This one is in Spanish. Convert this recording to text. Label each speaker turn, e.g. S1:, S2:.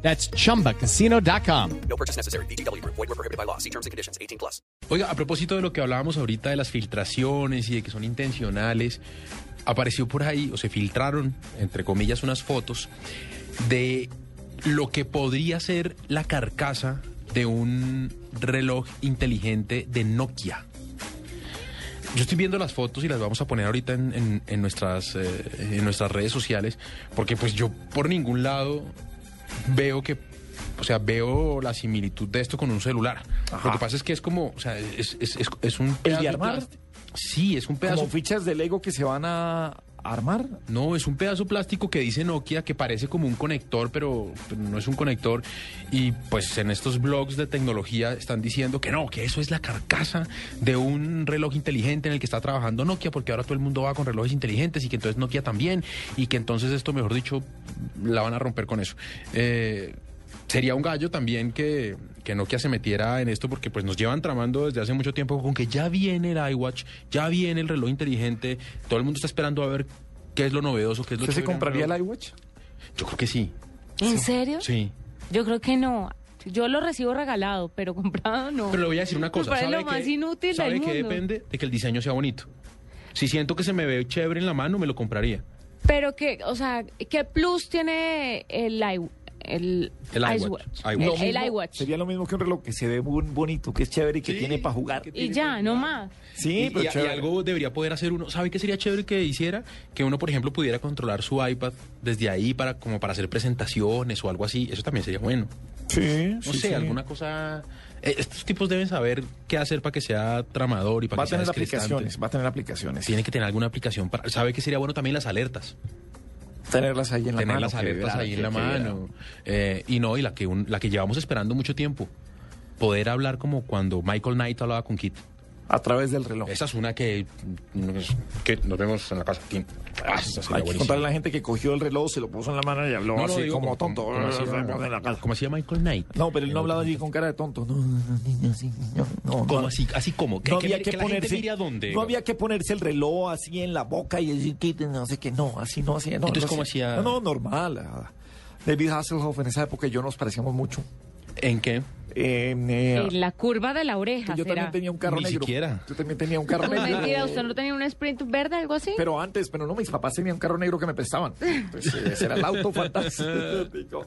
S1: That's chumbacasino.com.
S2: No purchase necessary. BGW. Void were prohibited by law. See terms and conditions. 18 plus.
S3: Oiga, a propósito de lo que hablábamos ahorita de las filtraciones y de que son intencionales, apareció por ahí, o se filtraron, entre comillas, unas fotos de lo que podría ser la carcasa de un reloj inteligente de Nokia. Yo estoy viendo las fotos y las vamos a poner ahorita en, en- en nuestras, eh, en nuestras redes sociales, porque pues yo por ningún lado veo que, o sea, veo la similitud de esto con un celular. Lo que pasa es que es como, o sea, es, es- es- es un pedazo de
S4: armar?
S3: plástico. Sí, es un pedazo.
S4: Como fichas de Lego que se van a armar.
S3: No, es un pedazo plástico que dice Nokia que parece como un conector, pero, pero no es un conector. Y pues en estos blogs de tecnología están diciendo que no, que eso es la carcasa de un reloj inteligente en el que está trabajando Nokia, porque ahora todo el mundo va con relojes inteligentes y que entonces Nokia también, y que entonces esto, mejor dicho, la van a romper con eso. Eh, Sería un gallo también que, que Nokia se metiera en esto porque pues nos llevan tramando desde hace mucho tiempo con que ya viene el iWatch, ya viene el reloj inteligente, todo el mundo está esperando a ver qué es lo novedoso, qué es lo
S4: ¿Usted se
S3: chévere de un
S4: compraría el
S3: reloj.
S4: iWatch?
S3: Yo creo que sí.
S5: ¿En serio?
S3: Sí.
S5: Yo creo que no. Yo lo recibo regalado, pero comprado no.
S3: Pero le voy a decir una cosa.
S5: Me parece
S3: ¿sabe
S5: lo más
S3: qué?
S5: inútil
S3: ¿Sabe
S5: del
S3: qué
S5: mundo.
S3: depende? De que el diseño sea bonito. Si siento que se me ve chévere en la mano, me lo compraría.
S5: Pero que, o sea, ¿qué plus tiene el iWatch? El,
S3: El iWatch.
S5: iWatch.
S3: iWatch.
S5: El-
S3: Lo
S5: el iWatch.
S4: Sería lo mismo que un reloj que se ve buen- bonito, que es chévere y que
S3: Sí,
S4: tiene para jugar.
S3: que-
S5: Y ya, no más.
S4: Sí,
S3: y,
S4: pero
S3: y- y
S4: chévere.
S3: algo debería poder hacer uno. ¿Sabe qué sería chévere que hiciera? Que uno, por ejemplo, pudiera controlar su iPad desde ahí para como para hacer presentaciones o algo así. Eso también sería bueno.
S4: Sí,
S3: No
S4: sí,
S3: sé,
S4: sí.
S3: alguna cosa. eh, Estos tipos deben saber qué hacer para que sea tramador y para
S4: Va a
S3: que sea
S4: tener
S3: descrestante.
S4: aplicaciones, va a tener aplicaciones.
S3: Tiene que tener alguna aplicación para. ¿Sabe qué sería bueno también las alertas?
S4: Tenerlas ahí en la
S3: tener
S4: mano.
S3: las
S4: que
S3: alertas
S4: vibrar,
S3: ahí en
S4: que-
S3: la
S4: que vibrar.
S3: mano. Eh, y no, y la que, un- la que llevamos esperando mucho tiempo. Poder hablar como cuando Michael Knight hablaba con Kit.
S4: A través del reloj.
S3: Esa es una que, que nos vemos en la casa. Ah, esa sería
S4: Hay que
S3: buenísima.
S4: contarle a la gente que cogió el reloj, se lo puso en la mano y habló
S3: No, no,
S4: así
S3: digo,
S4: como tonto.
S3: hacía- como hacía Michael Knight.
S4: No, pero él no hablaba así con cara de tonto. No, no, no, niño, sí, niño, no,
S3: ¿Cómo
S4: no.
S3: así? ¿Así como?
S4: no había
S3: mire-
S4: que,
S3: la gente
S4: ponerse
S3: mire a dónde.
S4: no había que ponerse el reloj así en la boca y decir que no sé qué no así no hacía no,
S3: Entonces,
S4: no
S3: ¿cómo hacía?
S4: no, no normal ah. David Hasselhoff en esa época y yo nos parecíamos mucho
S3: ¿En qué?
S4: Eh, eh,
S5: En la curva de la oreja.
S4: yo
S5: será.
S4: también tenía un carro
S3: Ni
S4: negro
S3: siquiera.
S4: yo también tenía un carro
S5: Pues
S4: negro
S5: mentira, ¿usted no tenía un sprint verde, algo así?
S4: pero antes pero no mis papás tenían un carro negro que me prestaban Entonces, ese era el auto fantástico